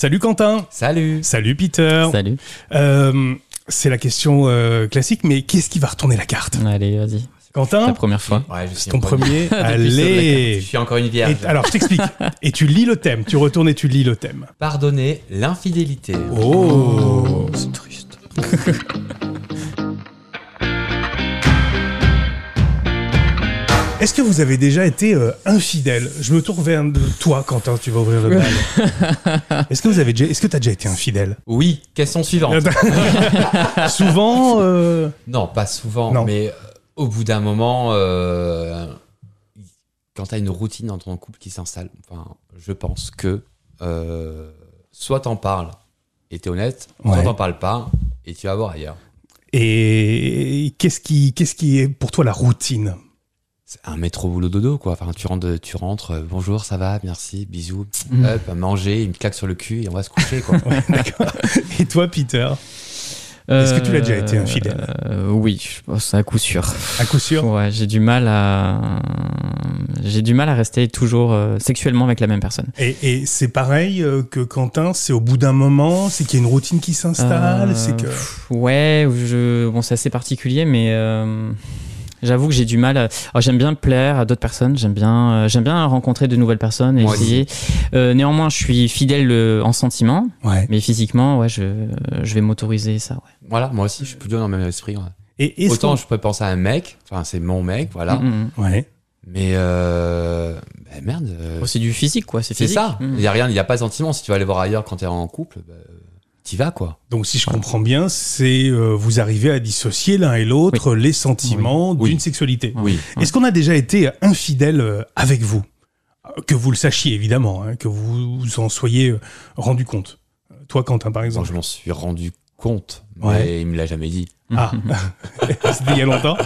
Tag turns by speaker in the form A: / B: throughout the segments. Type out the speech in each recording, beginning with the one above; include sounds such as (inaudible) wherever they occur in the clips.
A: Salut Quentin
B: Salut
A: Salut Peter
C: Salut.
A: Euh, C'est la question euh, classique, mais qui est-ce qui va retourner la carte
C: Allez, vas-y.
A: Quentin
C: La première fois.
B: Ouais, je suis
A: C'est ton
B: encore une-
A: premier.
B: Je
A: Allez
B: suis encore une vierge.
A: Et- Alors je t'explique. et tu lis le thème, tu retournes et tu lis le thème.
B: Pardonner l'infidélité.
A: Oh
C: C'est triste.
A: Est-ce que vous avez déjà été euh, infidèle Je me tourne vers toi, Quentin, tu vas ouvrir le bal. Est-ce que vous avez déjà, est-ce que t'as déjà été infidèle
B: Oui, question suivante.
A: (laughs)
B: (laughs)
A: Souvent, euh,
B: Non, pas souvent,
A: Non.
B: mais euh, au bout d'un moment, euh, quand tu as une routine dans ton couple qui s'installe, enfin, je pense que euh, soit t'en parles et t'es honnête,
A: Ouais.
B: soit t'en parles pas et tu vas voir ailleurs.
A: et qu'est-ce qui, qu'est-ce qui est pour toi la routine
B: C'est un métro boulot dodo, quoi. Enfin, tu rentres, tu rentres, euh, bonjour, ça va, merci, bisous, hop, à manger, une claque sur le cul et on va se coucher, quoi.
A: Ouais, D'accord. Et toi, Peter, Est-ce que tu l'as déjà été infidèle
C: Euh, Oui, je pense à coup sûr.
A: à coup sûr
C: Ouais, j'ai du mal à j'ai du mal à rester toujours euh, sexuellement avec la même personne.
A: Et, et c'est pareil euh, que Quentin, c'est au bout d'un moment, c'est qu'il y a une routine qui s'installe,
C: Euh,
A: c'est que.
C: pff, Ouais, je bon c'est assez particulier mais euh, J'avoue que j'ai du mal. à- alors, j'aime bien plaire à d'autres personnes. J'aime bien, euh, j'aime bien rencontrer de nouvelles personnes et
B: Moi
C: essayer. Euh, néanmoins, je suis fidèle euh, en sentiment,
A: Ouais.
C: mais physiquement, ouais, je, euh, je vais m'autoriser ça. Ouais.
B: Voilà, moi aussi, je suis plutôt dans le même esprit. ouais.
A: Et est-ce
B: Autant
A: qu'on- Mm-hmm.
B: je peux penser à un mec, enfin c'est mon mec, voilà.
C: Mm, mm, mm.
A: Ouais.
B: Mais euh, bah, merde, euh,
C: Oh, c'est du physique, quoi. C'est
B: c'est
C: physique.
B: ça.
A: Mm-hmm.
C: Mm.
B: Il y a rien, il y a pas de sentiment. Si tu vas aller voir ailleurs quand t'es en couple, bah, euh, t'y vas quoi.
A: Donc, si je comprends bien, c'est euh, vous arrivez à dissocier l'un et l'autre les sentiments
B: Oui.
A: d'une
B: Oui.
A: sexualité.
B: Oui.
A: Est-ce qu'on a déjà été infidèle euh, avec vous Euh, Que vous le sachiez, évidemment, hein, que vous vous en soyez euh, rendu compte. Euh, Toi, Quentin, par
B: Bon,
A: exemple.
B: je m'en suis rendu compte, mais
A: Ouais.
B: il me l'a jamais dit. (laughs)
A: Ah, c'était il y a longtemps.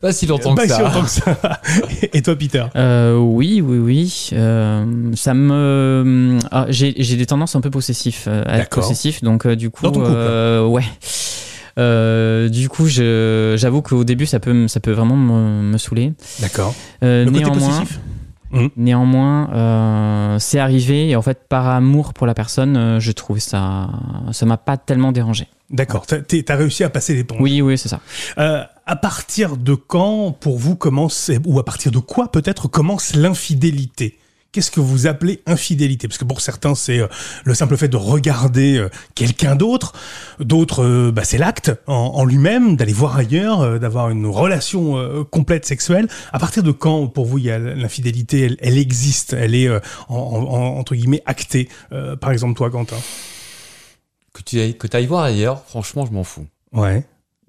B: Pas si longtemps
A: Pas
B: que
A: Bah, si
B: ça.
A: longtemps que ça. Et toi, Peter
C: Euh, oui, oui, oui. Euh, ça me. ah, j'ai, j'ai des tendances un peu possessifs, euh, à être
A: D'accord.
C: possessif. Donc, euh, du coup.
A: Dans ton couple.
C: euh, ouais. Euh, du coup, je, j'avoue qu'au début, ça peut, me- ça peut vraiment me, me saouler.
A: D'accord.
C: Euh,
A: Le côté
C: néanmoins,
A: possessif
C: néanmoins euh, c'est arrivé. Et en fait, par amour pour la personne, euh, je trouve ça. Ça m'a pas tellement dérangé.
A: D'accord. T'as- t'es- T'as réussi à passer les ponts.
C: Oui, oui, c'est ça.
A: Euh, à partir de quand, pour vous, commence, ou à partir de quoi peut-être, commence l'infidélité Qu'est-ce que vous appelez infidélité Parce que pour certains, c'est euh, le simple fait de regarder euh, quelqu'un d'autre. D'autres, euh, bah, c'est l'acte en, en lui-même, d'aller voir ailleurs, euh, d'avoir une relation euh, complète sexuelle. À partir de quand, pour vous, il y a l'infidélité elle, elle existe, elle est, euh, en- en- entre guillemets, actée. Euh, par exemple, toi, Quentin.
B: Que tu ailles, que t'ailles voir ailleurs, franchement, je m'en fous.
A: Ouais.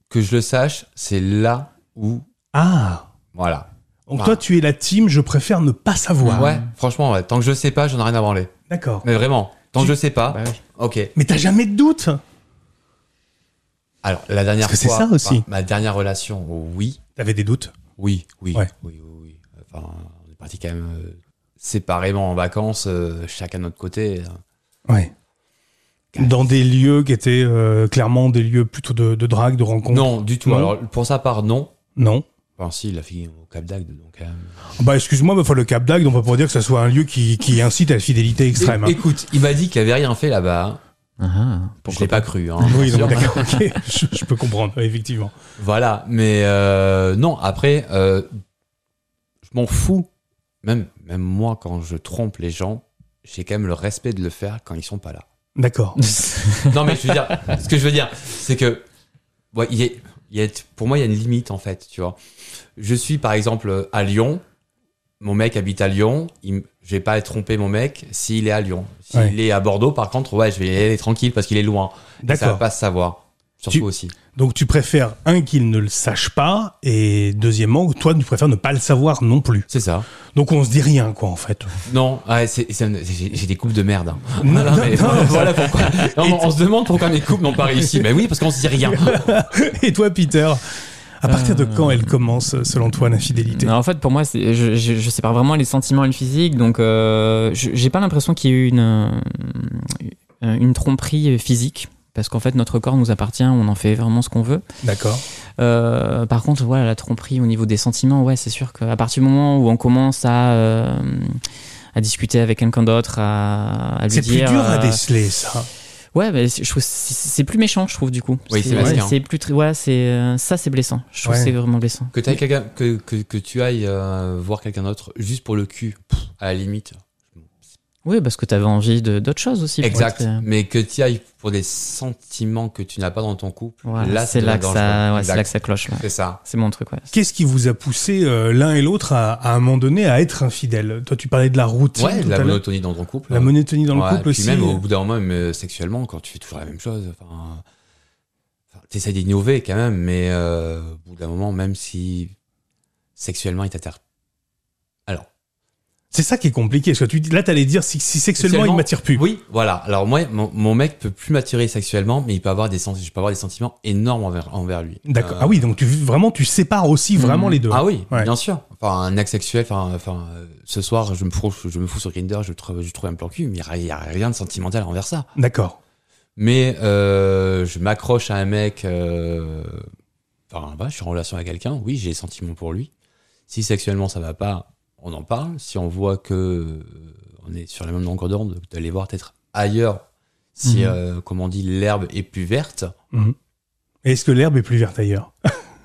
B: Que je le sache, c'est là où,
A: Ah
B: voilà.
A: Donc
B: Ah.
A: toi, tu es la team, je préfère ne pas savoir.
B: Ouais, franchement, ouais. tant que je sais pas, j'en ai rien à branler.
A: D'accord.
B: Mais vraiment, tant
A: Tu-
B: que je sais pas,
C: Bah oui.
B: ok.
A: Mais t'as jamais de doute
B: Alors la dernière
A: Parce que c'est
B: fois,
A: ça aussi.
B: enfin, ma dernière relation, oui.
A: T'avais des doutes
B: Oui, oui,
A: Ouais.
B: oui, oui, oui. Enfin, on est parti quand même euh, séparément en vacances, euh, chacun de notre côté.
A: Ouais. Dans des lieux qui étaient euh, clairement des lieux plutôt de, de drague, de rencontre
B: Non, du tout.
A: Non.
B: Alors pour sa part, non.
A: Non.
B: Enfin, si, la fille au Cap d'Agde, donc. euh,
A: Bah excuse-moi, mais enfin, le Cap d'Agde, on va pas dire que ça soit un lieu qui, qui incite à la fidélité extrême.
B: É- Écoute, il m'a dit qu'il avait rien fait là-bas. hein.
C: Ah,
B: Je
C: pourquoi
B: l'ai pas cru. Hein,
A: hein. Oui,
B: bien
A: non,
B: sûr.
A: d'accord, ok. (laughs) je, je peux comprendre, ouais, effectivement.
B: Voilà, mais euh, non. Après, euh, je m'en fous. Même, même moi, quand je trompe les gens, j'ai quand même le respect de le faire quand ils sont pas là.
A: D'accord.
C: (laughs)
B: Non, mais je veux dire, ce que je veux dire, c'est que, ouais, il y a- il y a- pour moi, il y a une limite, en fait, tu vois. Je suis, par exemple, à Lyon. Mon mec habite à Lyon. Il m- je vais pas tromper mon mec s'il est à Lyon. S'il
A: Ouais.
B: est à Bordeaux, par contre, ouais, je vais y aller tranquille parce qu'il est loin. Et Ça va
A: D'accord.
B: pas se savoir. Surtout
A: Tu-
B: aussi.
A: Donc tu préfères, un, qu'il ne le sache pas, et deuxièmement, toi, tu préfères ne pas le savoir non plus.
B: C'est ça.
A: Donc on se dit rien, quoi, en fait.
B: Non, ouais, c'est- c'est un- j'ai j'ai des couples de merde. hein. (laughs)
A: Non,
B: Voilà,
A: non,
B: mais
A: non. (laughs)
B: voilà pourquoi. Non, on, on se demande pourquoi mes couples n'ont pas réussi. Ben oui, parce qu'on se dit rien.
A: Et toi, Peter, à partir de quand elle commence, selon toi, l'infidélité
C: Euh. Non, en fait, pour moi, c'est- je, je, je sépare vraiment les sentiments et le physique. Donc, euh, je- j'ai pas l'impression qu'il y ait eu une, euh, une tromperie physique. Parce qu'en fait, notre corps nous appartient, on en fait vraiment ce qu'on veut.
A: D'accord.
C: Euh, par contre, voilà, la tromperie au niveau des sentiments, ouais, c'est sûr qu'à partir du moment où on commence à, euh, à discuter avec quelqu'un d'autre, à, à lui
A: C'est plus
C: dire.
A: dur à
C: euh,
A: déceler, ça.
C: Ouais, mais c'est- je trouve c'est- c'est plus méchant, je trouve du coup.
B: Oui, c'est
C: c'est
B: masquin.
C: c'est plus tr- ouais, c'est euh, ça, c'est blessant. Je trouve
A: Ouais.
C: que c'est vraiment blessant.
B: Que, t'ailles quelqu'un- que, que, que tu ailles euh, voir quelqu'un d'autre juste pour le cul, pff, à la limite.
C: Oui, parce que t'avais envie de d'autres choses aussi. pour
B: Exact.
C: être- euh,
B: Mais que tu ailles pour des sentiments que tu n'as pas dans ton couple,
C: Voilà,
B: là,
C: c'est là que ça, ouais, c'est là que
B: ça.
C: ça cloche. là.
B: C'est ça.
C: C'est mon truc. Ouais.
A: Qu'est-ce qui vous a poussé euh, l'un et l'autre à, à un moment donné à être infidèle Toi, tu parlais de la routine,
B: Ouais,
A: tout
B: la
A: à l'heure.
B: monotonie dans ton couple.
A: la monotonie dans
B: Ouais,
A: le couple
B: puis
A: aussi.
B: même au bout d'un moment, même euh, sexuellement, quand tu fais toujours la même chose, enfin, enfin, t'essayes d'innover quand même, mais euh, au bout d'un moment, même si sexuellement il t'atterre. Alors,
A: C'est ça qui est compliqué. Parce que tu, dis- là, t'allais dire si, si sexuellement,
B: Sexuellement,
A: il m'attire plus.
B: oui, voilà. Alors moi, mon, mon mec peut plus m'attirer sexuellement, mais il peut avoir des sens, je peux avoir des sentiments énormes envers, envers lui.
A: D'accord.
B: Euh,
A: Ah oui, donc tu, vraiment, tu sépares aussi vraiment
C: Mhm.
A: les deux.
B: Ah oui,
A: Ouais.
B: bien sûr. Enfin, un acte sexuel, enfin, enfin, euh, ce soir, je me, fous, je me fous sur Grindr, je, tr- je trouve un plan cul, mais il n'y a rien de sentimental envers ça.
A: D'accord.
B: Mais euh, je m'accroche à un mec. euh, Enfin, voilà, je suis en relation avec quelqu'un. Oui, j'ai des sentiments pour lui. Si sexuellement ça va pas, on en parle. Si on voit que euh, on est sur la même longueur d'onde, d'aller voir peut-être ailleurs. Si,
C: Mhm.
B: euh, comme on dit, l'herbe est plus verte,
A: Mhm. Et Est-ce que l'herbe est plus verte ailleurs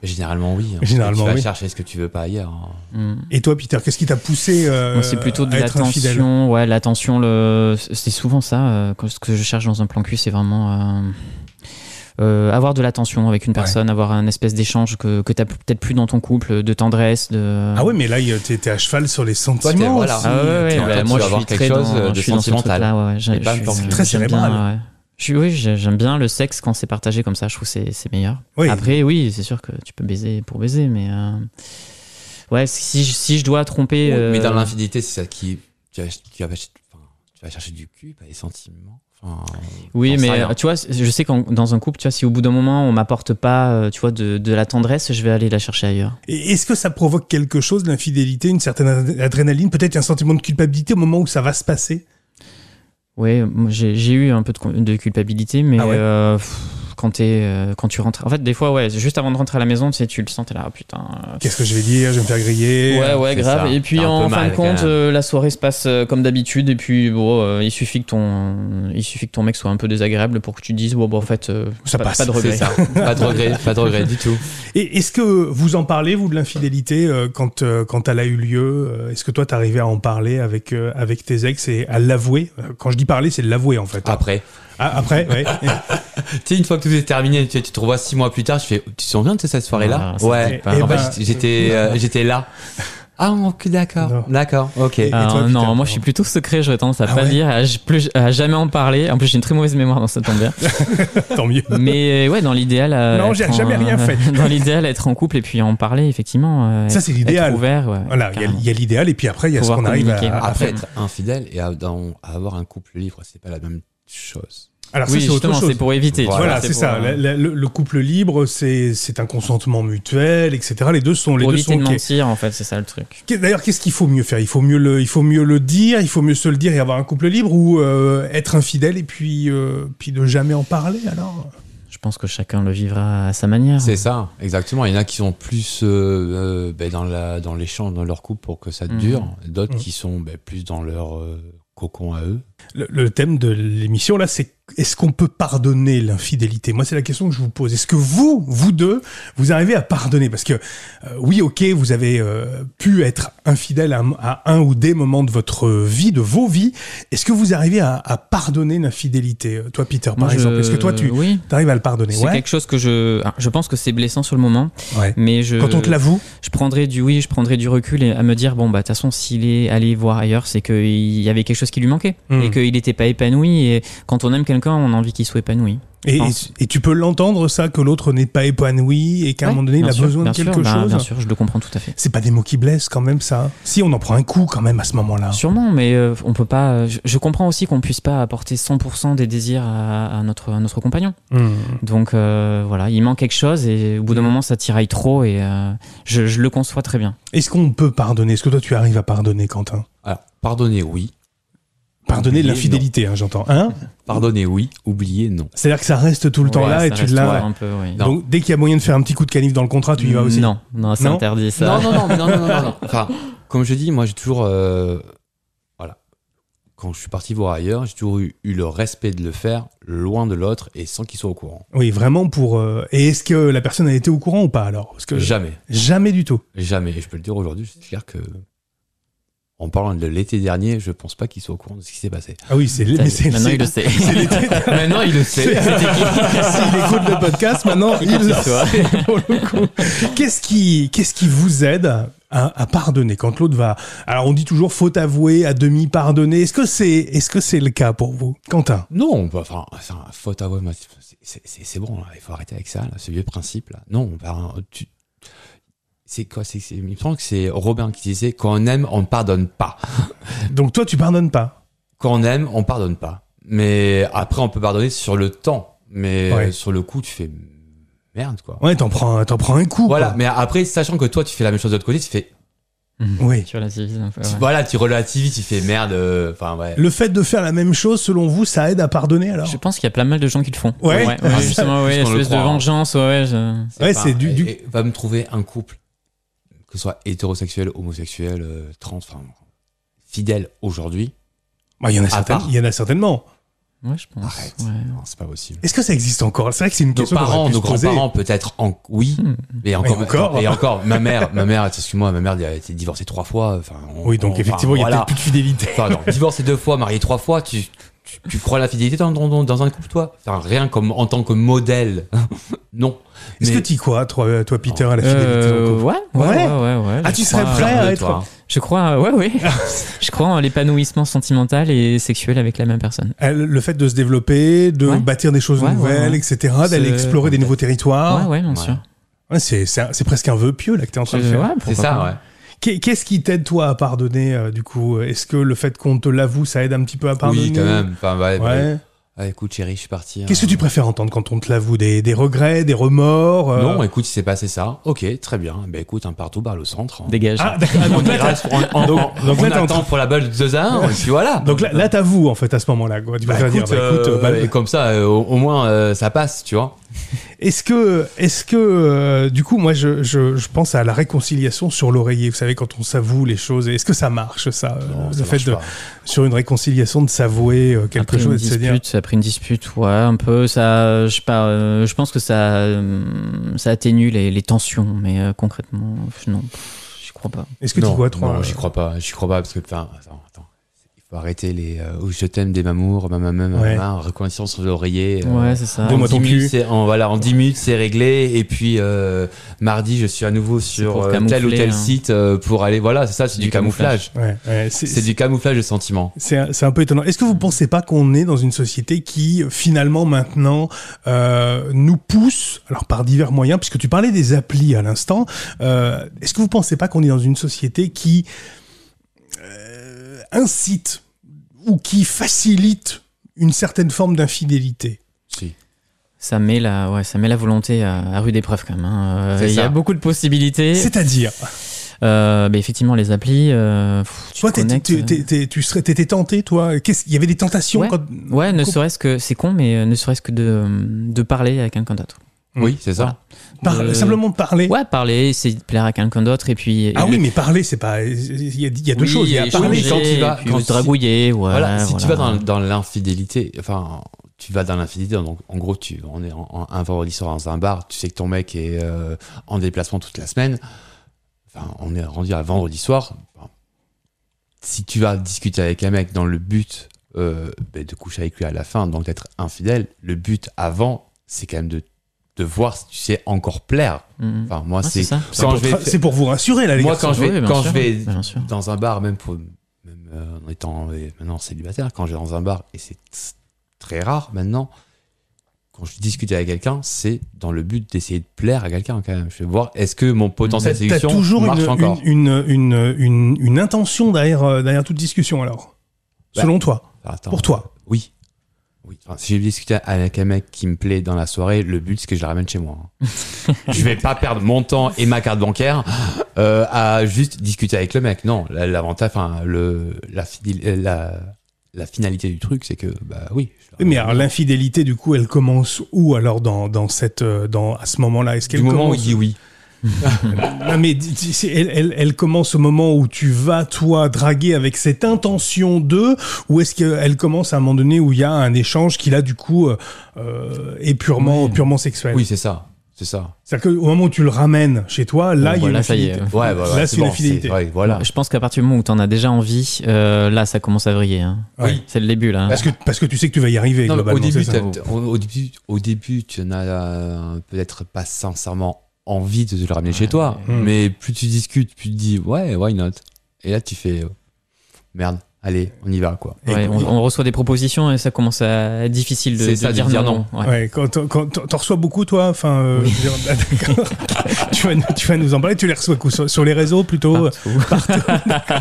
B: généralement oui. hein.
A: Généralement,
B: tu vas
A: oui.
B: chercher ce que tu veux pas ailleurs. hein.
C: Mm.
A: Et toi, Peter, qu'est-ce qui t'a poussé euh,
C: Moi, c'est plutôt de
A: à être infidèle
C: l'attention, ouais, l'attention, le, c'est souvent ça. euh, quand- ce que je cherche dans un plan cul, c'est vraiment euh, euh, avoir de l'attention avec une personne, avoir un espèce d'échange que que t'as peut-être plus dans ton couple, de tendresse, de.
A: Ah ouais, mais là, il- t'es t'es à cheval sur les sentiments.
B: voilà.
A: aussi.
C: Ah ouais, ouais,
B: t'es en
C: bah,
B: train de
C: moi je
B: avoir
C: suis
B: quelque
C: très
B: chose
C: dans,
B: de
C: je suis dans ce
B: sentimental.
C: truc-là, ouais, ouais, j'ai-
B: Et pas
C: je suis-
B: forcément-
C: j'aime
A: Très
C: bien,
A: cérébral.
C: ouais. Je suis, oui, j'ai- j'aime bien le sexe quand c'est partagé comme ça. Je trouve que c'est c'est meilleur.
A: Oui.
C: Après, oui, c'est sûr que tu peux baiser pour baiser, mais euh, ouais, si, je- si je dois tromper,
B: Mais
C: euh,
B: dans l'infidélité, c'est ça qui tu vas, tu vas, enfin, tu vas chercher du cul, pas des sentiments. Enfin,
C: Oui,
B: j'en sais
C: mais
B: rien.
C: euh, tu vois, je sais qu'en dans un couple, tu vois, si au bout d'un moment on m'apporte pas, euh, tu vois, de, de la tendresse, je vais aller la chercher ailleurs.
A: Et est-ce que ça provoque quelque chose, l'infidélité, une certaine ad- adrénaline, peut-être un sentiment de culpabilité au moment où ça va se passer
C: Oui, j'ai j'ai eu un peu de, con- de culpabilité, mais
A: Ah ouais
C: euh, pff, quand t'es, euh, quand tu rentres, en fait, des fois, ouais, juste avant de rentrer à la maison, tu sais, tu le sens, t'es là, Ah, putain. euh,
A: Qu'est-ce que je vais dire Je vais me faire griller
C: ouais, ouais,
B: c'est
C: grave.
B: ça.
C: Et puis
B: T'as un
C: en
B: peu
C: fin
B: mal,
C: de
B: quand
C: compte,
B: même.
C: euh, la soirée se passe euh, comme d'habitude. Et puis bon, euh, il suffit que ton, il suffit que ton mec soit un peu désagréable pour que tu te dises, bon, bah, en fait, euh,
A: Ça
C: pas,
A: passe.
C: pas de regret.
B: c'est ça. pas de regret, pas de regret du tout.
A: Et est-ce que vous en parlez, vous, de l'infidélité, euh, quand, euh, quand elle a eu lieu euh, Est-ce que toi, t'arrivais à en parler avec, euh, avec tes ex et à l'avouer Euh, Quand je dis parler, c'est de l'avouer, en fait.
B: Après.
A: Ah, après, ouais. (laughs)
B: Tu sais, une fois que tout est terminé, tu, tu te revois six mois plus tard, je fais, oh, tu te souviens de cette soirée-là
C: Ah, ça
B: Ouais.
A: me dit pas.
B: en
A: Eh
B: fait,
A: ben,
B: j'étais- j'étais, euh, j'étais là. Ah, ok,
A: Non.
B: d'accord. D'accord, ok.
A: Et- et
C: Alors,
A: toi, Peter,
C: Ah, non,
A: comment
C: moi je suis plutôt secret, j'aurais tendance à
A: Ah
C: pas
A: ouais
C: dire, à, j- plus, à jamais en parler. En plus, j'ai une très mauvaise mémoire dans cette
A: (laughs)
C: tombe bien.
A: Tant mieux.
C: Mais euh, ouais, dans l'idéal. euh,
A: Non,
C: être
A: j'ai
C: en-
A: jamais rien fait.
C: (laughs) Dans l'idéal, être en couple et puis en parler, effectivement. euh,
A: Ça,
C: être-
A: c'est l'idéal.
C: Être ouvert, ouais.
A: Voilà, il y a-
C: carrément.
A: il y a l'idéal, et puis après, il y a
C: Pouvoir
A: ce qu'on arrive à,
C: communiquer,
A: à
C: ouais.
B: Après,
A: faire.
B: être infidèle et à- dans- à avoir un couple libre, c'est pas la même chose.
A: Alors, ça,
C: Oui,
A: c'est autre
C: justement,
A: chose.
C: c'est pour éviter. tu
A: Voilà,
C: vois,
A: c'est
C: pour,
A: ça.
C: euh,
A: La- la- le, le couple libre, c'est c'est un consentement mutuel, etc. Les deux sont les
C: Pour
A: deux
C: éviter
A: sont
C: de
A: ok.
C: mentir, en fait, c'est ça le truc.
A: Qu'est- D'ailleurs, qu'est-ce qu'il faut mieux faire Il faut mieux le, il faut mieux le dire, il faut mieux se le dire et avoir un couple libre ou euh, être infidèle et puis euh, puis de jamais en parler. Alors,
C: Je pense que chacun le vivra à sa
A: Ah.
C: manière.
B: C'est ça, exactement. Il y en a qui sont plus euh, euh, ben, dans la dans l'échange, dans leur couple pour que ça
C: Mhm.
B: dure. D'autres
A: Mhm.
B: qui sont ben, plus dans leur euh, cocon à eux.
A: le, le thème de l'émission là, c'est est-ce qu'on peut pardonner l'infidélité Moi, c'est la question que je vous pose. Est-ce que vous, vous deux, vous arrivez à pardonner Parce que euh, oui, ok, vous avez euh, pu être infidèle à, à un ou des moments de votre vie, de vos vies. Est-ce que vous arrivez à, à pardonner l'infidélité Euh, Toi, Peter, par
C: Moi, je-
A: exemple, est-ce que toi tu
C: Oui.
A: arrives à le pardonner
C: C'est
A: Ouais.
C: quelque chose que je. ah, Je pense que c'est blessant sur le moment,
A: ouais.
C: mais je.
A: Quand on te l'avoue,
C: je prendrais du oui, je prendrais du recul et à me dire bon bah de toute façon s'il est allé voir ailleurs, c'est qu'il y avait quelque chose qui lui manquait
A: Hmm.
C: et qu'il n'était pas épanoui. Et quand on aime quelqu'un, on a envie qu'il soit épanoui.
A: Et,
C: pense.
A: et tu peux l'entendre ça que l'autre n'est pas épanoui et qu'à
C: Ouais,
A: un moment donné il
C: bien
A: a
C: sûr,
A: besoin
C: bien
A: de quelque
C: sûr, bah,
A: chose.
C: Bien sûr, je le comprends tout à fait.
A: C'est pas des mots qui blessent quand même ça. Si on en prend un coup quand même à ce moment-là.
C: Sûrement, mais euh, on peut pas. euh, je, je comprends aussi qu'on puisse pas apporter 100% des désirs à, à notre à notre compagnon.
A: Hmm.
C: Donc euh, voilà, il manque quelque chose et au bout d'un moment ça tiraille trop et euh, je, je le conçois très bien.
A: Est-ce qu'on peut pardonner Est-ce que toi tu arrives à pardonner Quentin
B: Alors, pardonner, oui.
A: Pardonner
B: Oublier,
A: l'infidélité, hein, j'entends. Hein
B: Pardonner, oui. Oublier, non.
A: C'est-à-dire que ça reste tout le temps
C: Ouais,
A: là
C: ça
A: et tu
C: reste, hein. ouais,
A: l'as.
C: un peu, oui.
A: Donc dès qu'il y a moyen de faire un petit coup de canif dans le contrat, tu y vas aussi.
C: Non, non, c'est
A: Non
C: (laughs) interdit ça.
B: (laughs) Non, non, non, mais non, non, non, non, non. Enfin, comme je dis, moi, j'ai toujours. euh, voilà. quand je suis parti voir ailleurs, j'ai toujours eu, eu le respect de le faire loin de l'autre et sans qu'il soit au courant.
A: Oui, vraiment pour. euh, Et est-ce que la personne a été au courant ou pas alors Parce que
B: Jamais,
A: jamais du tout.
B: jamais. Et je peux le dire aujourd'hui, c'est clair que en parlant de l'été dernier, je pense pas qu'il soit au courant de ce qui s'est passé.
A: Ah oui, c'est. Mais c'est.
C: Maintenant,
A: c'est-
C: il le sait.
A: c'est l'été.
B: (laughs) Maintenant, il le sait.
A: C'est- (laughs) S'il écoute le
B: (laughs)
A: podcast, maintenant, il le
C: toi.
A: sait, pour le coup. Qu'est-ce qui, qu'est-ce qui vous aide à, à pardonner quand l'autre va. Alors, on dit toujours faut avouer, à demi pardonner. Est-ce que c'est, est-ce que c'est le cas pour vous, Quentin
B: Non, bah, enfin, enfin, faute à moi, c'est- c'est c'est- c'est bon, là, il faut arrêter avec ça, là, ce vieux principe. Là. Non, bah, tu- c'est quoi c'est- c'est- Il me semble que c'est Robin qui disait quand on aime, on pardonne pas.
A: Donc, toi, tu pardonnes pas.
B: Quand on aime, on pardonne pas. Mais après, on peut pardonner sur le temps, mais
A: Ouais.
B: euh, sur le coup, tu fais merde, quoi.
A: Ouais, t'en prends, t'en prends un coup.
B: Voilà,
A: quoi.
B: mais après, sachant que toi, tu fais la même chose de l'autre côté, tu fais,
A: Oui.
C: Sur la civise, un peu,
B: tu-
C: ouais.
A: Bah,
B: voilà, tu relativises, tu fais merde, euh, enfin, ouais.
A: Le fait de faire la même chose, selon vous, ça aide à pardonner alors
C: Je pense qu'il y a plein mal de gens qui le font.
A: Ouais.
C: ouais,
A: Ah,
C: justement,
B: ça,
C: ouais,
B: parce qu'on le
C: espèce de
B: croit, hein.
C: vengeance, ouais. je-
A: Ouais,
B: pas-
A: c'est du-
B: et-
A: du-
B: et va me trouver un couple, que ce soit hétérosexuel, homosexuel, euh, trans, enfin, fidèle aujourd'hui.
A: Bah, Il y en a certaines-
B: part.
A: il y en a certainement.
C: Ouais, je pense.
B: Arrête.
C: ouais.
B: Non, c'est pas possible.
A: Est-ce que ça existe encore C'est vrai que c'est une
B: Nos
A: question qu'on aurait
B: parents,
A: pu
B: nos
A: se poser.
B: grands-parents, peut-être, en... oui,
C: Hmm.
B: mais encore,
A: Mais encore.
B: et encore, ma mère,
A: (laughs)
B: ma mère, excuse-moi, ma mère elle a été divorcée trois fois, enfin, on-
A: Oui, donc
B: on- enfin,
A: effectivement, il y a
B: voilà.
A: peut-être plus de fidélité.
B: Enfin, non, divorcé deux fois, marié trois fois, tu, tu, tu crois à la fidélité dans, dans, dans un couple, toi Enfin, rien comme en tant que modèle. (laughs) non.
A: Est-ce
B: Mais-
A: que tu y crois, toi, toi, Peter, à la fidélité
C: Euh,
A: dans le couple
C: ouais, ouais,
A: Ouais.
C: ouais, ouais, ouais.
A: Ah,
C: je
A: tu serais
C: crois-
A: prêt à
B: Parle de
A: être.
B: toi, hein.
C: Je crois, ouais, oui.
A: (laughs)
C: je crois en l'épanouissement sentimental et sexuel avec la même personne.
A: Elle- le fait de se développer, de
C: Ouais.
A: bâtir des choses
C: Ouais, ouais,
A: nouvelles,
C: ouais.
A: etc., d'aller
C: C'est-
A: explorer des nouveaux
C: ouais,
A: territoires.
C: ouais, bien
B: ouais.
C: sûr.
A: Ouais, c'est- c'est un- c'est presque un vœu pieux là que t'es en train de
C: Euh,
A: faire.
C: ouais, pourquoi
B: C'est ça,
C: pas.
B: ouais.
A: Qu'est- Qu'est-ce qui t'aide toi à pardonner euh, du coup Est-ce que le fait qu'on te l'avoue, ça aide un petit peu à pardonner
B: Oui, quand même. Enfin, ouais, bah,
A: Ouais.
B: ah, écoute, chérie, je suis parti. hein.
A: Qu'est-ce que tu préfères entendre quand on te l'avoue des, des regrets, des remords euh,
B: Non, écoute, il s'est passé ça. Ok, très bien. Ben écoute, un partout, barre le centre. hein.
C: Dégage.
A: Ah, d'accord. Ah, donc
B: On
A: là,
B: (laughs) ira sur- on- on-
A: Donc-
B: on-
A: donc
B: on
A: là, t'es en
B: attend
A: train-
B: pour la balle de deux heures, et puis voilà.
A: t'as- donc là, là, t'avoues en fait à ce moment-là. quoi. Tu
B: Bah,
A: préfères dire,
B: écoute,
A: bah, écoute,
B: euh,
A: bah,
B: et comme ça, euh, au, au moins, euh, ça passe, tu vois.
A: Est-ce que, est-ce que, euh, du coup, moi, je, je, je pense à la réconciliation sur l'oreiller. Vous savez, quand on s'avoue les choses, est-ce que ça marche, ça, euh,
B: Non,
A: le
B: ça
A: fait
B: marche
A: de,
B: pas.
A: sur une réconciliation de s'avouer euh, quelque
C: après
A: chose
C: une
A: et de se dire,
C: dispute, après une dispute, ouais, un peu, ça, euh, je sais pas, euh, je pense que ça, euh, ça atténue les, les tensions, mais euh, concrètement, pff, non, pff, j'y crois pas.
A: est-ce que
B: non,
A: tu vois, toi,
B: non,
A: euh,
B: j'y crois pas, j'y crois pas parce que enfin, attends, attends. il faut arrêter les euh, oh, je t'aime des mamours, ma maman, ma
A: Ouais.
B: maman, reconnaissance sur l'oreiller. euh,
C: Ouais, c'est ça.
B: en
A: Donne-moi ton
B: 10
A: cul.
B: minutes, c'est- en voilà, en 10 minutes c'est réglé et puis euh, mardi je suis à nouveau sur
C: pour
B: euh, tel ou
C: camoufler,
B: tel
C: hein.
B: site euh, pour aller voilà, c'est ça, c'est
C: Du
B: du camouflage.
A: ouais, ouais, c'est,
B: C'est du camouflage de sentiments.
A: c'est un, c'est un peu étonnant. Est-ce
C: Mm.
A: que vous pensez pas qu'on est dans une société qui, finalement, maintenant, euh, nous pousse, alors par divers moyens, puisque tu parlais des applis à l'instant, euh, est-ce que vous pensez pas qu'on est dans une société qui euh, incite ou qui facilite une certaine forme d'infidélité
B: Si.
C: Ça met la, ouais, ça met la volonté à, à rude épreuve quand même. hein. Euh,
B: C'est
C: il y
B: ça.
C: a beaucoup de possibilités.
A: C'est-à-dire,
C: Euh, bah, effectivement, les applis. euh, pff, tu
A: toi,
C: te
A: t'es-
C: connectes,
A: t'es-
C: euh,
A: t'es- t'es- tu serais, t'étais tenté, toi Qu'est-ce- Il y avait des tentations
C: Ouais.
A: quand-
C: Ouais, ne
A: Com-
C: serait-ce que c'est con, mais euh, ne serait-ce que de, euh, de parler à quelqu'un d'autre.
A: Mm.
B: Oui, c'est ça.
A: Par-
C: De-
A: Simplement parler.
C: Euh, Ouais, parler, essayer de plaire à quelqu'un d'autre et puis.
A: Ah
C: et
A: oui,
C: le-
A: mais parler, c'est pas. Il y a, il y a deux
B: Oui,
A: choses. Il y a
B: et
A: parler.
B: changer.
C: quand tu vas,
B: quand tu-
C: dragouiller, voilà.
B: Voilà, si tu vas
C: voilà.
B: dans, dans l'infidélité, enfin, tu vas dans l'infidélité, donc en gros, tu, on est en, en- un vendredi soir dans un bar, tu sais que ton mec est euh, en déplacement toute la semaine, enfin, on est rendu à vendredi soir. Enfin, si tu vas discuter avec un mec dans le but euh, ben, de coucher avec lui à la fin, donc d'être infidèle, le but avant, c'est quand même de, de voir si tu sais encore plaire.
C: Mm.
B: Enfin, moi,
C: Ouais,
B: Ah, c'est.
C: c'est ça.
A: C'est
B: Quand
A: pour
B: je vais
A: tra-
B: faire-
A: C'est pour vous rassurer, là, les
B: Moi,
A: garçons.
B: quand je vais,
C: Oui, bien
B: quand
C: sûr,
B: je vais
C: bien sûr.
B: dans un bar, même, pour, même euh, en étant euh, maintenant célibataire, quand je vais dans un bar, et c'est t- très rare maintenant, quand je discute avec quelqu'un, c'est dans le but d'essayer de plaire à quelqu'un quand même. Je vais voir est-ce que mon potentiel de
A: T'as- T'as
B: séduction
A: toujours
B: marche
A: une,
B: encore.
A: une, une, une, une- une intention derrière, euh, derrière toute discussion, alors
B: Bah,
A: Selon toi
B: Enfin, attends,
A: Pour toi
B: Oui. Oui. Enfin, si j'ai discuté avec un mec qui me plaît dans la soirée, le but c'est que je le ramène chez moi. hein. je vais pas perdre mon temps et ma carte bancaire euh, à juste discuter avec le mec. Non, la- l'avantage, enfin le la, fidél- la la finalité du truc, c'est que bah oui. je le
A: Oui, Mais
B: ramène.
A: alors, l'infidélité, du coup, elle commence où, alors, dans, dans cette, euh, dans, à ce moment-là Est-ce
B: du
A: qu'elle
B: moment où
A: commence
B: il dit oui.
A: non, mais d- d- c'est- elle, elle- elle commence au moment où tu vas, toi, draguer avec cette intention de, ou est-ce qu'elle commence à un moment donné où il y a un échange qui, là, du coup, euh, euh, est purement,
C: Ouais.
A: purement sexuel
B: Oui, c'est ça. C'est ça.
A: C'est-à-dire qu'au moment où tu le ramènes chez toi, là,
B: Euh,
A: il y
C: Bon,
A: a
C: voilà,
A: une
C: ça y est.
A: affinité.
B: Ouais, voilà.
A: Là, c'est la fidélité.
B: ouais, voilà.
C: Je pense qu'à partir du moment où t'en as déjà envie, euh, là, ça commence à vriller. hein.
A: Ouais.
C: C'est le début, là. hein.
A: Parce que, parce que tu sais que tu vas y arriver,
B: Non, mais
A: globalement.
B: au, début,
A: c'est ça.
B: t'as- t'as- au, au début, au début, tu n'as euh, peut-être pas sincèrement envie de le ramener chez toi,
A: ouais. Hmm.
B: mais plus tu discutes, plus tu te dis ouais, why not Et là, tu fais euh, merde, allez, on y va quoi.
A: Et-
C: Ouais, on,
A: et-
C: on reçoit des propositions et ça commence à être difficile de,
B: C'est
C: de
B: ça, de
C: dire,
B: dire
C: non. Ouais.
A: Ouais, quand t'en- quand t'en t'en reçois beaucoup, toi, enfin, euh, je veux dire, bah, d'accord.
C: (laughs)
A: tu, vas, nous- tu vas nous en parler. Tu les reçois quoi, sur, sur les réseaux plutôt. euh, (laughs)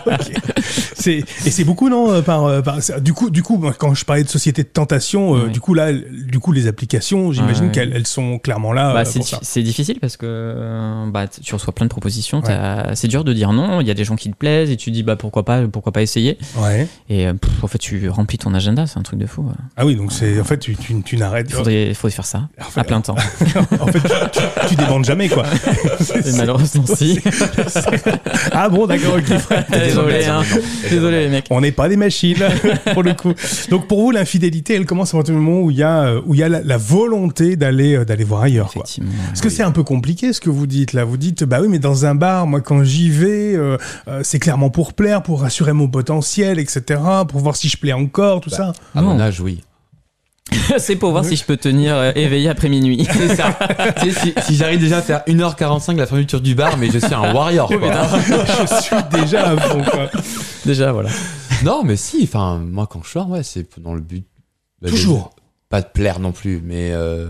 A: Ok. C'est et c'est beaucoup non euh, par, euh, par- ça- du coup du coup moi, quand je parlais de société de tentation euh,
C: Ouais.
A: du coup là du coup les applications j'imagine
C: Ouais.
A: qu'elles elles sont clairement là
C: Bah,
A: euh,
C: c'est
A: pour
C: dif-
A: ça.
C: c'est difficile parce que euh, bah, t- tu reçois plein de propositions. t'as- C'est dur de dire non. Il y a des gens qui te plaisent et tu dis bah pourquoi pas, pourquoi pas essayer.
A: Ouais.
C: Et euh, pff, en fait, tu remplis ton agenda. C'est un truc de fou. ouais.
A: Ah oui donc c'est en fait tu tu, tu n'arrêtes
C: Il faudrait, il faudrait faire ça
A: en fait,
C: à plein temps.
A: (laughs) en fait, tu, tu, tu débandes jamais
C: (laughs)
A: quoi. C'est-
C: Et
A: c'est-
C: malheureusement, si.
A: ah bon d'accord ok.
C: Désolé, hein. Désolé, les mecs.
A: On n'est pas des machines, (laughs) pour le coup. Donc, pour vous, l'infidélité, elle commence à partir du moment où il y a, euh, où il y a la, la volonté d'aller, euh, d'aller voir ailleurs, quoi.
C: Effectivement.
A: Parce que c'est un peu compliqué ce que vous dites là. Vous dites, bah oui, mais dans un bar, moi quand j'y vais, euh, euh, c'est clairement pour plaire, pour assurer mon potentiel, etc., pour voir si je plais encore, tout
C: Bah,
A: ça.
B: À mon
C: Non.
B: âge, oui.
C: (laughs) c'est pour voir si je peux tenir euh, éveillé après
A: (laughs)
C: minuit.
B: C'est ça. (laughs) Tu sais, si si j'arrive déjà à faire 1h45 la fermeture du bar, mais je suis un warrior. quoi.
A: Ah, je suis déjà à fond, quoi.
C: (laughs) Déjà, voilà.
B: (laughs) non, mais si. Enfin, moi, quand je sors, ouais, c'est dans le but. bah, de-
A: Toujours.
B: pas de plaire non plus, mais euh,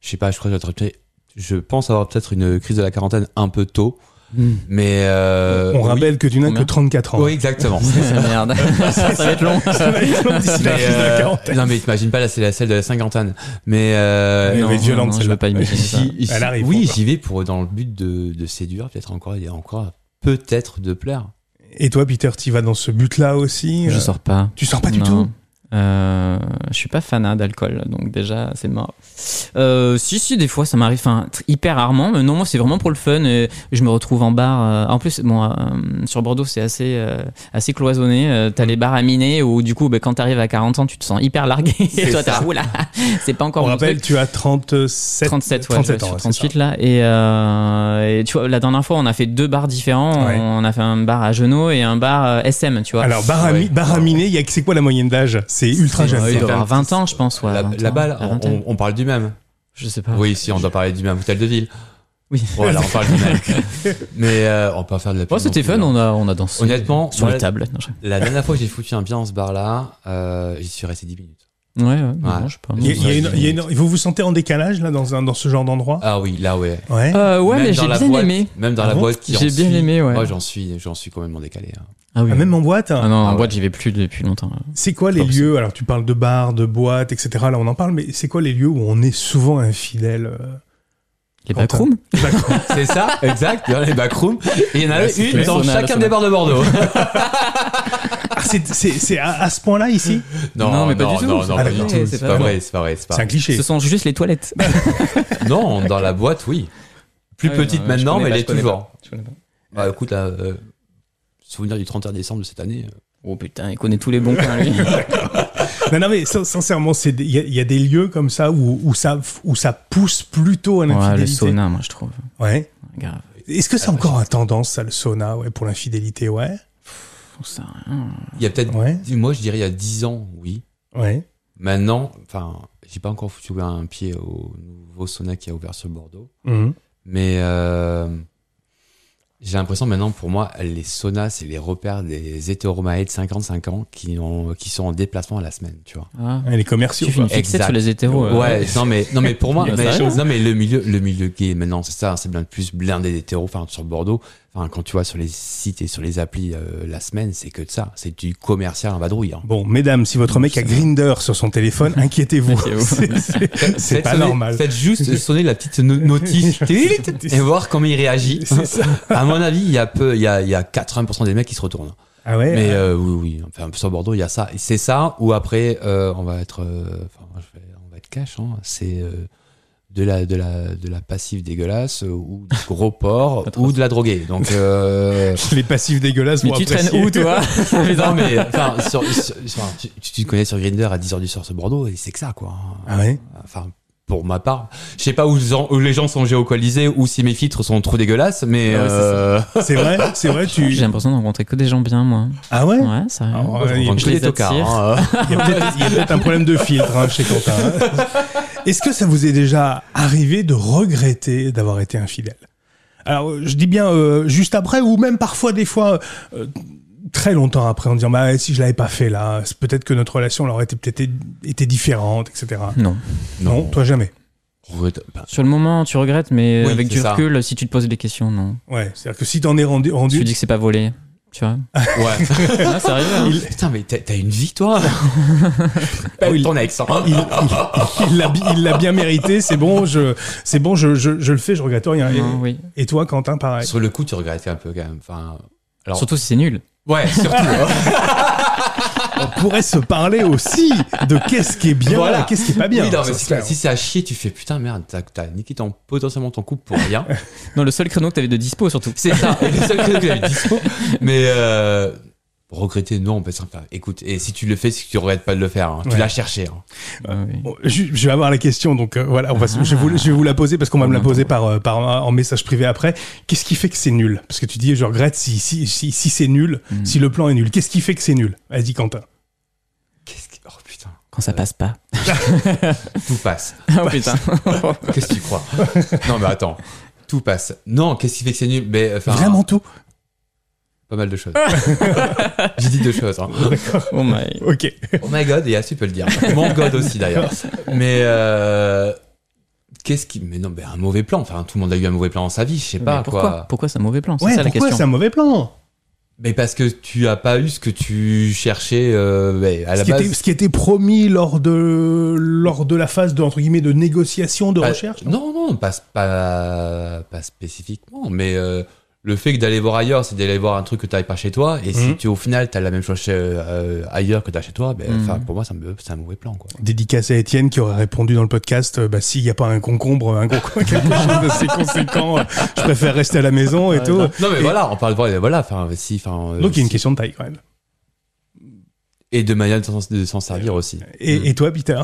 B: je sais pas, je crois que j'ai attrapé- Je pense avoir peut-être une crise de la quarantaine un peu tôt,
A: Hmm.
B: mais euh,
A: On
B: oui.
A: rappelle que tu n'as que
C: Combien
A: 34 ans. (laughs)
B: Oui, exactement.
C: Merde. ça va être long.
A: Ça va être long d'ici la
B: Mais,
A: crise de la
B: euh,
A: quarantaine.
B: non mais t'imagines pas là c'est la celle de la cinquantaine mais euh,
A: Elle va être violente,
C: je
A: celle-là.
C: veux pas imaginer ça.
B: j'y- j'y-
A: Elle arrive,
B: oui
A: encore.
B: j'y vais pour dans le but de, de séduire peut-être encore et encore peut-être de plaire
A: Et toi, Peter, tu vas dans ce but-là aussi
C: Je
A: euh,
C: sors pas.
A: Tu sors pas du
C: Non.
A: tout
C: Euh, je suis pas fan hein, d'alcool, donc déjà c'est mort. Euh, si si, des fois ça m'arrive, enfin tr- hyper rarement, mais non moi c'est vraiment pour le fun. et je me retrouve en bar. euh, en plus, bon, euh, sur Bordeaux c'est assez euh, assez cloisonné. euh, T'as les bars à miner où du coup, bah, quand t'arrives à 40 ans, tu te sens hyper largué.
B: C'est
C: Et (laughs) toi t'as
B: ça.
C: oula, c'est pas encore
A: On
C: mon
A: rappelle,
C: truc.
A: tu as 37,
C: 37, ouais,
A: 37
C: je
A: ans.
C: suis
A: ouais, c'est
C: 38 là. Et, euh, et tu vois, la dernière fois, on a fait deux bars différents.
A: Ouais.
C: On a fait un bar à Genoux et un bar euh, SM, tu
A: ça.
C: vois.
A: Alors, barami,
B: Ouais.
A: baraminé, il y a- c'est quoi la moyenne d'âge C'est ultra
C: C'est-
A: jeune.
C: ouais, euh,
A: ça.
C: il doit avoir 20 ans, je pense. Ouais,
B: La-
C: 20 ans,
B: là-bas là,
C: la
B: on,
C: vingtaine. Ah.
B: on- on parle du même
C: Je sais pas.
B: oui si on doit parler du même hôtel de ville
C: Oui.
B: voilà on parle du
A: (laughs)
B: même mais euh, on peut pas faire de la pub
C: Ouais, Oh, c'était
B: non plus,
C: fun,
B: là.
C: on a, on a dansé.
B: Honnêtement,
C: sur
B: moi,
C: les tables. Non,
B: La dernière fois que j'ai foutu un bien dans ce bar-là, euh, j'y suis resté 10 minutes.
C: je- Ouais, ouais, non, je sais pas.
A: Il y a- il y a une- il y a une- Vous vous sentez en décalage là dans, un, dans ce genre d'endroit
B: Ah oui, là ouais.
A: Ouais.
C: Euh, ouais,
B: Même
C: mais
B: dans
C: j'ai
B: la
C: bien
B: boîte-
C: aimé.
B: Même dans
A: Ah
B: la
A: bon
B: boîte qui en
C: J'ai bien
B: suit.
C: aimé, ouais.
B: Moi, j'en suis, j'en suis complètement décalé. hein.
C: Ah oui.
A: Ah, Même en boîte
C: Ah non, en
B: Ah ouais.
C: boîte, j'y vais plus depuis longtemps.
A: C'est quoi les
C: Comme ça.
A: lieux Alors tu parles de bars, de boîtes, etc. Là on en parle, mais c'est quoi les lieux où on est souvent infidèle euh
C: Les
A: Quentin.
C: backrooms
A: D'accord.
B: C'est ça, exact. Dans les backrooms, et il y en a
C: Ouais, c'est
B: une
C: clair.
B: dans
C: Sauna, la
B: chacun
C: sauna.
B: des bars de
C: (laughs)
B: Bordeaux.
A: Ah, c'est- c'est c'est à, à ce point-là ici
C: Non, mais pas du tout,
B: Non,
C: c'est
B: non,
A: pas
B: pas
A: vrai,
B: du tout.
C: c'est
B: C'est
C: pas
B: pas
C: vrai.
B: vrai, c'est pas vrai, c'est pas
A: C'est un
B: vrai.
A: cliché.
C: Ce sont juste les toilettes.
B: Non, dans la boîte, oui. Plus
C: Ah oui,
B: petite
C: non, ouais, je
B: maintenant,
C: connais
B: mais
C: pas,
B: elle est
C: je connais
B: toujours.
C: Je connais pas.
B: Bah écoute, là, euh, souvenir du 31 décembre de cette année. euh,
C: Oh putain, il connaît tous les bons
A: (laughs)
C: coins, lui.
A: Non, non, mais sin- sincèrement, c'est des- il y, a- il y a des lieux comme ça où, où ça où ça pousse plutôt à
C: ouais, le
A: l'infidélité.
C: sauna, moi, je trouve.
A: Ouais.
C: Grave.
A: Est-ce que c'est
B: Ah,
A: encore à tendance ça le sauna ouais, pour l'infidélité Ouais.
C: Pour ça, hein.
B: Il y a peut-être,
A: Ouais.
B: moi je dirais il y a 10 ans, oui.
A: Ouais.
B: Maintenant, enfin, j'ai pas encore foutu un pied au nouveau sauna qui a ouvert sur Bordeaux,
A: Mhm.
B: mais euh, j'ai l'impression maintenant, pour moi, les saunas, c'est les repères des hétéromaés de 55 ans qui, ont, qui sont en déplacement à la semaine, tu vois.
C: Ah.
A: Ouais, Les commerciaux.
C: Tu fais
A: quoi.
C: une fixette
B: Exact.
C: sur les hétéros. euh.
B: ouais, non mais, non mais pour moi,
C: Il y a
B: mais-
C: ça,
B: non,
C: chose.
B: mais le milieu, le milieu gay maintenant, c'est ça, hein, c'est bien plus blindé d'hétéros, enfin sur Bordeaux, enfin quand tu vois sur les sites et sur les applis euh, la semaine, c'est que de ça, c'est du commercial en vadrouille. hein.
A: Bon, mesdames, si votre mec a Grinder sur son téléphone, inquiétez-vous.
C: Inquiétez-vous.
A: C'est- c'est- C'est
B: Faites
A: pas
B: sonner-
A: normal.
B: Faites juste sonner la petite no- notice et voir comment il réagit.
A: (laughs) C'est ça.
B: À mon avis, il y a peu, il y a, il y a 80% des mecs qui se retournent.
A: Ah ouais.
B: Mais
A: euh,
B: euh, oui, oui, enfin, sur Bordeaux, il y a ça. Et C'est ça ou après, euh, on va être, euh, enfin, je vais- on va être cash. Hein, c'est euh, de la, de la, de la passive dégueulasse euh, ou du
A: (laughs)
B: gros porc ou de la droguée. Donc, euh,
A: Les passifs dégueulasses
C: Mais
A: vont
C: tu traînes
A: apprécier.
B: (laughs)
C: où, toi
B: non, mais enfin, sur- sur- enfin, tu, tu- tu te connais sur Grinder à 10h du soir sur Bordeaux et c'est que ça, quoi. hein.
A: Ah ouais
B: Enfin, pour ma part, je sais pas où, les gens- où les gens sont géolocalisés ou si mes filtres sont trop dégueulasses, mais
C: Ouais, c'est ça.
B: euh,
A: Ah C'est vrai, c'est vrai.
C: J'ai
A: Tu...
C: l'impression de rencontrer que des gens bien, moi.
A: Ah ouais
C: Ouais, ça.
A: Ah ouais.
B: on rencontre
C: je
B: que
C: les
B: des tocards,
C: attire.
B: hein.
A: Il y a peut-être il y a peut-être un problème de filtre hein, chez Quentin. hein. Est-ce que ça vous est déjà arrivé de regretter d'avoir été infidèle Alors, euh, je dis bien euh, juste après, ou même parfois des fois euh, très longtemps après, en disant bah si je l'avais pas fait là, c'est peut-être que notre relation elle aurait été peut-être é- été différente, etc.
C: Non.
A: (laughs) Non, toi jamais.
B: Regrette- ben,
C: Sur le moment, tu regrettes, mais
B: Oui,
C: avec
B: c'est
C: du
B: ça.
C: recul, si tu te poses des questions, non.
A: Ouais, c'est-à-dire que si t'en es rendu, rendu
C: Tu dis que c'est pas volé. Tu vois
B: Ouais.
C: Ouais, c'est arrivé, hein.
B: (laughs) Putain, mais t'as t'as une vie, toi (laughs) Pas eu ton ex, hein.
A: il, il- il l'a bi- il l'a bien mérité, c'est bon, je, c'est bon, je, je, je le fais, je regrette rien. Et,
C: Non, oui.
A: et toi, Quentin, pareil.
B: Sur le coup, tu regrettes un peu, quand même. Enfin, Ah, alors...
C: Surtout si c'est nul.
B: Ouais, surtout. hein.
A: On pourrait se parler aussi de qu'est-ce qui est bien
B: Voilà.
A: et qu'est-ce qui est pas bien.
B: Oui, non,
A: Ça,
B: mais
A: c'est
B: si,
A: clair.
B: si c'est à chier, tu fais putain, merde, t'as- t'as niqué ton, potentiellement ton couple pour rien. (laughs)
C: Non, le seul créneau que t'avais de dispo, surtout.
B: C'est ça, et le seul truc que j'avais dispo. Mais euh, regretter, non, parce que, enfin, écoute, et si tu le fais, c'est que tu regrettes pas de le faire. hein.
A: Ouais.
B: Tu l'as cherché. hein.
C: oui.
A: Bon, je, je vais avoir la question, donc euh, voilà, on va se- je, vais vous, je vais vous la poser parce qu'on va me la poser par, euh, par en message privé après. Qu'est-ce qui fait que c'est nul Parce que tu dis, je regrette si, si, si, si c'est nul,
C: Mm.
A: si le plan est nul. Qu'est-ce qui fait que c'est nul Vas-y, Quentin.
B: Qu'est-ce que. Oh putain,
C: Quand ça passe pas.
B: tout passe.
C: (laughs) oh putain.
B: Qu'est-ce que tu crois Non, mais attends, tout passe. Non, qu'est-ce qui fait que c'est nul mais, enfin,
A: Vraiment tout
B: Pas mal de choses. (laughs) J'ai dit deux choses. hein.
C: oh my.
A: Ok.
B: Oh my god, et Yasu peut le
A: (laughs)
B: dire. Mon god aussi d'ailleurs. Mais euh, qu'est-ce qui. Mais non, mais un mauvais plan. Enfin, tout le monde a eu un mauvais plan dans sa vie, je sais pas
C: Mais pourquoi
B: quoi.
C: Pourquoi c'est un mauvais plan C'est
A: Ouais,
C: ça la
A: pourquoi
C: question.
A: c'est un mauvais plan
B: Mais parce que tu as pas eu ce que tu cherchais euh, ouais, à
A: ce
B: la
A: qui,
B: base.
A: était, ce qui était promis lors de, lors de la phase de, entre guillemets, de négociation, de
B: Pas-
A: recherche
B: Non, non, pas, pas, pas spécifiquement, mais euh, le fait que d'aller voir ailleurs, c'est d'aller voir un truc que tu pas chez toi, et
A: Mhm.
B: si tu, au final, tu as la même chose chez, euh, ailleurs que tu as chez toi, ben,
C: Mhm.
B: enfin, pour moi, ça me- c'est un mauvais plan. Quoi.
A: Dédicace à Étienne qui aurait répondu dans le podcast euh, bah, s'il n'y a pas un concombre, un concombre, (laughs) quelque chose d'assez conséquent, euh, je préfère rester à la maison et tout.
B: Non, mais
A: Et-
B: voilà, on parle de ben, voilà, enfin, si, enfin, euh,
A: Donc il y a une
B: si-
A: question de taille quand même.
B: et de manière de s'en- de s'en servir aussi.
A: Et, euh, et toi, Peter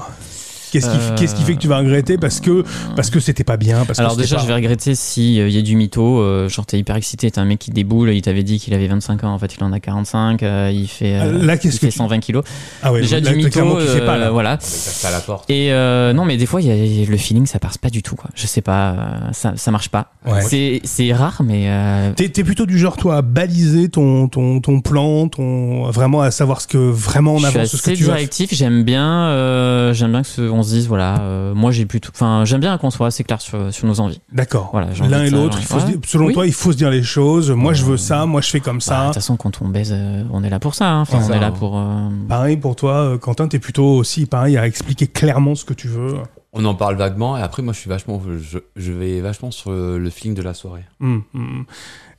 A: Qu'est-ce qui,
C: Mm. Euh,
A: qu'est-ce qui fait que tu vas regretter parce que parce que c'était pas bien parce que
C: Alors
A: c'était
C: déjà,
A: pas-
C: je vais regretter si euh, y a du mytho. euh, genre, t'es hyper excité, t'as un mec qui déboule, il t'avait dit qu'il avait 25 ans, en fait, il en a 45, euh, il fait, euh,
A: Là, qu'est-ce
C: il
A: que
C: fait
A: tu-
C: 120 kilos.
A: ah ouais,
C: déjà,
A: là,
C: du
A: t'as clairement
C: mytho,
A: kiffé pas,
C: euh,
A: là.
C: voilà.
B: Mais ça passe à la porte.
C: Et euh, non, mais des fois, il y a- il y a le feeling, ça passe pas du tout, quoi. Je sais pas, euh, ça, ça marche pas.
A: Ouais.
C: C'est- C'est rare, mais euh,
A: T'es, t'es plutôt du genre toi à baliser ton ton ton plan, ton vraiment à savoir ce que vraiment en
C: je suis
A: avance ce que
C: assez
A: tu vas
C: directif. J'aime bien, euh, j'aime bien que ce- on se dise, voilà, euh, moi j'ai plutôt, enfin, j'aime bien qu'on soit assez clair sur, sur nos envies.
A: D'accord.
C: Voilà, j'ai envie
A: L'un
C: de
A: et
C: ça,
A: l'autre,
C: ouais.
A: il faut se
C: Ouais.
A: dire- selon
C: Oui.
A: toi, il faut se dire les choses. Moi, je veux
C: Euh,
A: ça. Moi, je fais comme
C: Bah, De
A: ça.
C: toute façon, quand on baise, euh, on est là pour ça. hein. Enfin,
B: C'est
C: on
B: ça,
C: est là
B: hein.
C: pour. euh,
A: pareil pour toi, euh, Quentin, t'es plutôt aussi pareil à expliquer clairement ce que tu veux.
B: On en parle vaguement, et après, moi, je suis vachement, je, je vais vachement sur le, le feeling de la soirée.
A: Hum, hum.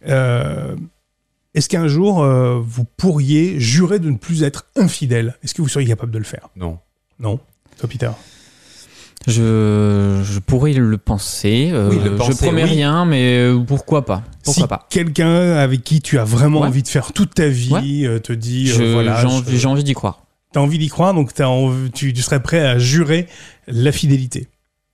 A: Euh, Est-ce qu'un jour, euh, vous pourriez jurer de ne plus être infidèle Est-ce que vous seriez capable de le faire
B: Non.
A: Non. Toi, Peter
C: Je, je pourrais le penser. euh,
B: Oui, le
C: je
B: penser,
C: promets
B: oui.
C: rien, mais euh, pourquoi pas Pourquoi
A: Si
C: pas
A: quelqu'un avec qui tu as vraiment
C: Ouais.
A: envie de faire toute ta vie euh, te dit, euh,
C: Je-
A: voilà,
C: J'ai
A: je-
C: envie, j'ai envie d'y croire.
A: t'as envie d'y croire, donc t'as envie- tu, tu serais prêt à jurer la fidélité.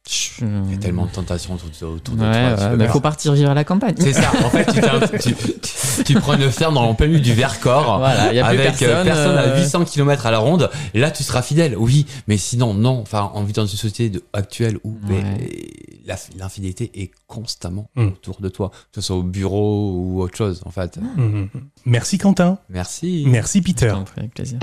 C: Je-
B: Il y a tellement de tentations autour, autour
C: Ouais,
B: de toi. tu
C: ouais,
B: peux
C: mais
B: pas-
C: faut partir vivre à la campagne.
B: C'est ça. En fait, tu, t'es un- tu, tu- tu prends une ferme dans le plein milieu du Vercors.
C: Voilà, il y a plus
B: avec
C: personne.
B: euh, personne à
C: euh,
B: 800 km à la ronde, et là tu seras fidèle, oui, mais sinon non, enfin en vivant dans une société de- actuelle où
C: Ouais.
B: mais, la- l'infidélité est constamment
A: Mm.
B: autour de toi, que ce soit au bureau ou autre chose en fait.
A: Hum, hum, hum. Merci, Quentin.
B: Merci.
A: Merci, Peter.
C: Avec plaisir.